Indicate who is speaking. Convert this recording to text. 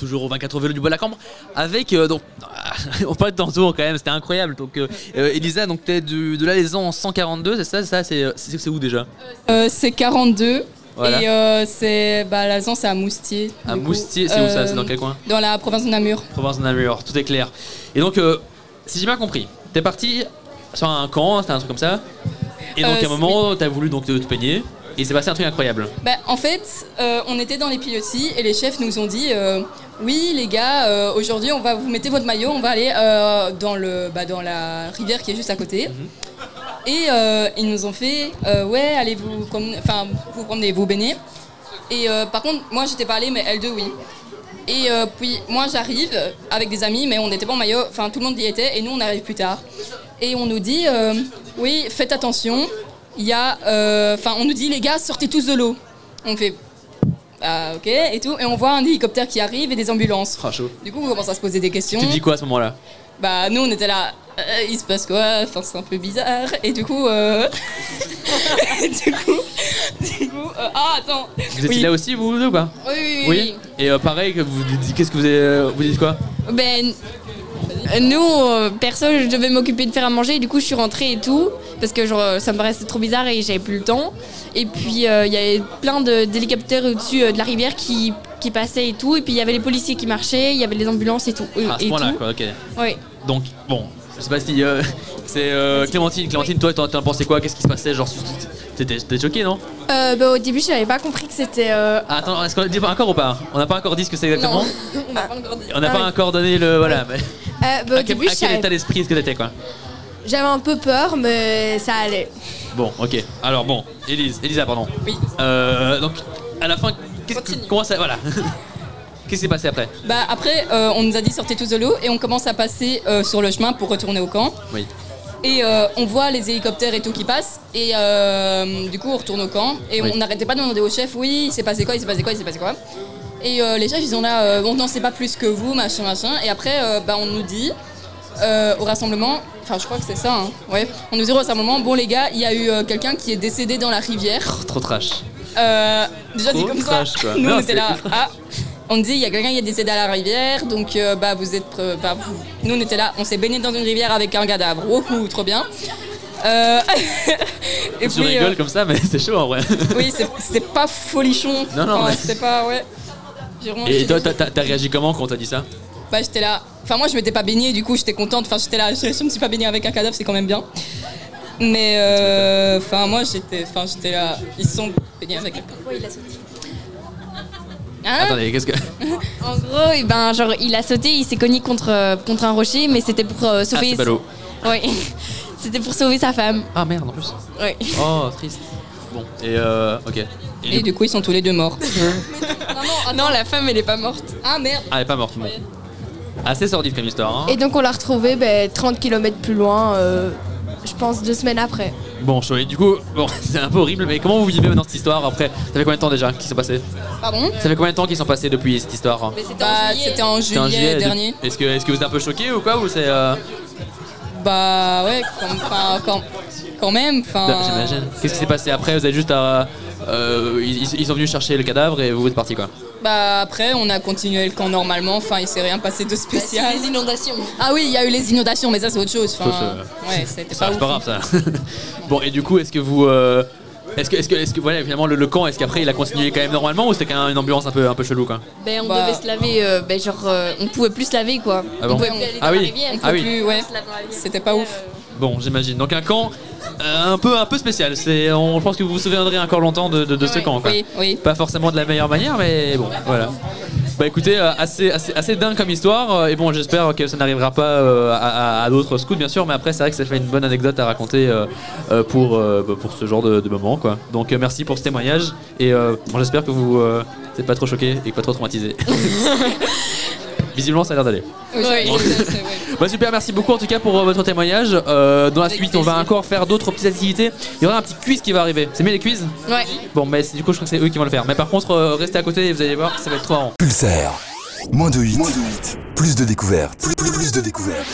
Speaker 1: toujours au 24 vélo du Bois de la Cambre, avec euh, donc on parlait de tantôt quand même, c'était incroyable. Donc euh, euh, Elisa, donc t'es du- de la Lézan en 142, c'est ça, ça c'est c'est c'est où déjà
Speaker 2: Euh, c'est 42.
Speaker 1: Voilà.
Speaker 2: Et euh, c'est. Bah, l'Alsan, c'est à Moustier.
Speaker 1: À
Speaker 2: du coup.
Speaker 1: Moustier, c'est où ça C'est
Speaker 2: Euh,
Speaker 1: dans quel coin
Speaker 2: Dans la province de Namur.
Speaker 1: Province de Namur, tout est clair. Et donc, euh, si j'ai bien compris, t'es parti sur un camp, hein, c'était un truc comme ça. Et donc
Speaker 2: Euh,
Speaker 1: à un moment, t'as voulu donc te, te peigner. Et il s'est passé un truc incroyable.
Speaker 2: Bah, en fait, euh, on était dans les pilotis et les chefs nous ont dit euh, Oui, les gars, euh, aujourd'hui, on va vous mettez votre maillot, on va aller euh, dans, le, bah, dans la rivière qui est juste à côté. Et euh, ils nous ont fait euh, Ouais, allez vous promener, enfin, vous promener, vous baigner. Et euh, par contre, moi, j'étais pas allée, mais elle deux, oui. Et euh, puis, moi, j'arrive avec des amis, mais on n'était pas en maillot, enfin, tout le monde y était, et nous, on arrive plus tard. Et on nous dit euh, Oui, faites attention. Il y a, euh, enfin, on nous dit les gars, sortez tous de l'eau. On fait ah, ok et tout et on voit un hélicoptère qui arrive et des ambulances.
Speaker 1: Ah, chaud.
Speaker 2: Du coup, on commence à se poser des questions.
Speaker 1: Tu te dis quoi à ce moment-là
Speaker 2: Bah nous, on était là. Euh, il se passe quoi Enfin, c'est un peu bizarre. Et du coup, euh... du coup, du coup, euh, ah attends.
Speaker 1: Vous étiez
Speaker 2: Oui.
Speaker 1: là aussi, vous deux ou pas
Speaker 2: Oui, oui, oui.
Speaker 1: Et euh, pareil, que vous dites, qu'est-ce que vous, avez- euh, vous dites quoi
Speaker 3: Ben, euh, nous, euh, perso, je devais m'occuper de faire à manger. Du coup, je suis rentrée et tout. Parce que genre, ça me paraissait trop bizarre et j'avais plus le temps. Et puis, euh, il y avait plein de- d'hélicoptères au-dessus euh, de la rivière qui, qui passaient et tout. Et puis, il y avait les policiers qui marchaient, il y avait les ambulances et tout. euh,
Speaker 1: Ah, À ce
Speaker 3: et
Speaker 1: point-là,
Speaker 3: tout.
Speaker 1: quoi, ok.
Speaker 3: Ouais.
Speaker 1: Donc, bon, je sais pas si. euh, c'est euh, Clémentine, Clémentine, toi, t'en t'en pensais quoi Qu'est-ce qui se passait Genre, t'étais t'étais choquée, non
Speaker 4: Euh, bah, au début, j'avais pas compris que c'était. euh,
Speaker 1: Ah, Attends, est-ce qu'on dit pas encore ou pas On n'a pas encore dit ce que c'est exactement
Speaker 3: On a pas encore dit.
Speaker 1: On n'a
Speaker 4: Ah
Speaker 1: pas
Speaker 4: oui.
Speaker 1: encore donné le. Voilà. mais-
Speaker 4: euh, bah, au
Speaker 1: à quel,
Speaker 4: début,
Speaker 1: à quel
Speaker 4: j'avais-
Speaker 1: état d'esprit est-ce que t'étais, quoi
Speaker 4: j'avais un peu peur, mais ça allait.
Speaker 1: Bon, ok. Alors, bon, Élise, Elisa, pardon.
Speaker 2: Oui.
Speaker 1: Euh, donc, à la fin, qu'est-ce que-
Speaker 2: Continue.
Speaker 1: comment ça. Voilà. Qu'est-ce qui s'est passé après
Speaker 2: Bah après, euh, on nous a dit sortez tous de l'eau et on commence à passer euh, sur le chemin pour retourner au camp.
Speaker 1: Oui.
Speaker 2: Et euh, on voit les hélicoptères et tout qui passent. Et euh, du coup, on retourne au camp. Et
Speaker 1: Oui.
Speaker 2: on n'arrêtait pas de demander au chef oui, il s'est passé quoi, il s'est passé quoi, il s'est passé quoi. Et euh, les chefs, ils ont là, euh, bon, non, c'est pas plus que vous, machin, machin. Et après, euh, bah, on nous dit euh, au rassemblement, enfin, je crois que c'est ça, hein, ouais. On nous dit au rassemblement, bon, les gars, il y a eu euh, quelqu'un qui est décédé dans la rivière.
Speaker 1: Trop trash.
Speaker 2: Euh, déjà dit
Speaker 1: Trop
Speaker 2: comme
Speaker 1: trash,
Speaker 2: ça,
Speaker 1: Oh, quoi.
Speaker 2: nous
Speaker 1: Non,
Speaker 2: on était
Speaker 1: c'est-
Speaker 2: là. Ah, on dit il y a quelqu'un qui est décédé à la rivière, donc euh, bah vous êtes, pre- bah, vous- nous on était là, on s'est baigné dans une rivière avec un cadavre. Wouhou, trop bien. Euh, et
Speaker 1: tu rigoles
Speaker 2: euh,
Speaker 1: comme ça, mais c'est chaud en vrai.
Speaker 2: oui, c'est- c'était pas folichon.
Speaker 1: Non, non,
Speaker 2: Enfin,
Speaker 1: mais-
Speaker 2: c'était pas ouais. J'ai vraiment-
Speaker 1: Et toi, t'as- t'as t'as réagi comment quand on t'a dit ça
Speaker 4: Euh,
Speaker 2: bah j'étais là. Enfin moi je m'étais pas baignée du coup j'étais contente. Enfin j'étais là, je, je me suis pas baignée avec un cadavre c'est quand même bien. Mais euh, enfin moi j'étais, enfin j'étais là. Ils se sont baignés avec un cadavre. Hein
Speaker 1: Attendez, qu'est-ce que.
Speaker 3: En gros, et ben, genre, il a sauté, il s'est cogné contre, euh, contre un rocher, mais c'était pour euh,
Speaker 1: Ah,
Speaker 3: sauver.
Speaker 1: c'est ballot.
Speaker 3: Ouais. c'était pour sauver sa femme.
Speaker 1: Ah merde, en plus.
Speaker 3: Ouais.
Speaker 1: Oh, triste. Bon, et euh. Ok. Et du
Speaker 2: Et
Speaker 1: coup-
Speaker 2: du coup, ils sont tous les deux morts.
Speaker 3: non, la femme, elle est pas morte.
Speaker 2: ah merde
Speaker 1: Ah, elle est pas morte, bon. Assez sordide comme histoire, hein.
Speaker 4: Et donc, on l'a retrouvé ben, 30 km plus loin, euh, je pense deux semaines après.
Speaker 1: Bon, chaud. Et du coup, bon, c'est un peu horrible, mais comment vous vivez maintenant cette histoire après Ça fait combien de temps déjà qu'ils sont passés
Speaker 2: Pardon
Speaker 1: Ça fait combien de temps qu'ils sont passés depuis cette histoire
Speaker 3: C'était en
Speaker 2: Bah,
Speaker 3: juillet.
Speaker 2: c'était en
Speaker 1: C'était
Speaker 2: juillet,
Speaker 1: un juillet de-
Speaker 2: dernier.
Speaker 1: Est-ce que, est que vous êtes un peu choqué ou quoi Ou c'est. euh,
Speaker 2: Bah ouais, quand, enfin, quand, quand même. Enfin,
Speaker 1: bah, J'imagine. Qu'est-ce qui s'est passé après Vous êtes juste à. euh, ils, ils sont venus chercher le cadavre et vous êtes partis quoi.
Speaker 2: Bah après, on a continué le camp normalement. Enfin, il s'est rien passé de spécial.
Speaker 3: les inondations.
Speaker 2: Ah oui, il y a eu les inondations, mais ça c'est autre chose. Enfin,
Speaker 1: Ça,
Speaker 2: Ah. ouais, c'était
Speaker 1: Ça,
Speaker 2: pas,
Speaker 1: c'est pas
Speaker 2: ouf. hein.
Speaker 1: grave ça. bon, et du coup, est-ce que vous. euh, est-ce que, est-ce que, est-ce que, voilà, finalement, le, le camp, est-ce qu'après il a continué quand même normalement ou c'était quand même une ambiance un peu, un peu chelou quoi
Speaker 3: Ben, on
Speaker 2: Bah.
Speaker 3: devait se laver, euh, ben, genre, euh, on pouvait plus se laver, quoi.
Speaker 1: Ah bon
Speaker 3: On pouvait plus aller dans
Speaker 1: Ah
Speaker 3: la
Speaker 1: oui.
Speaker 3: rivière.
Speaker 2: On peut
Speaker 1: Ah oui.
Speaker 2: plus, ouais. C'était pas ouf.
Speaker 1: Bon, j'imagine. Donc un camp euh, un peu un peu spécial. C'est, on je pense que vous vous souviendrez encore longtemps de, de- de ce
Speaker 3: Ouais.
Speaker 1: camp. quoi.
Speaker 2: Oui, oui.
Speaker 1: Pas forcément de la meilleure manière, mais bon, voilà. Bah écoutez, euh, assez, assez, assez dingue comme histoire. euh, Et bon, j'espère que ça n'arrivera pas euh, à, à- à d'autres scouts, bien sûr. Mais après, c'est vrai que ça fait une bonne anecdote à raconter euh, euh, pour, euh, bah, pour ce genre de, de moment. Quoi. Donc euh, merci pour ce témoignage. Et euh, bon, j'espère que vous euh, n'êtes pas trop choqués et pas trop traumatisés. Visiblement, ça a l'air d'aller.
Speaker 2: Oui, ça-
Speaker 3: Ouais.
Speaker 2: ça- ça- ouais.
Speaker 1: Bah super, merci beaucoup en tout cas pour euh, votre témoignage. Euh, dans la
Speaker 2: Avec
Speaker 1: suite, on va
Speaker 2: plaisir.
Speaker 1: encore faire d'autres petites activités. Il y aura un petit quiz qui va arriver. C'est mieux les quiz
Speaker 3: Ouais.
Speaker 1: Bon, mais c'est- du coup, je crois que c'est eux qui vont le faire. Mais par contre, euh, restez à côté et vous allez voir, ça va être trop marrant.
Speaker 5: Pulsaire. Moins de 8. Plus de découvertes. Plus, plus- plus de découvertes.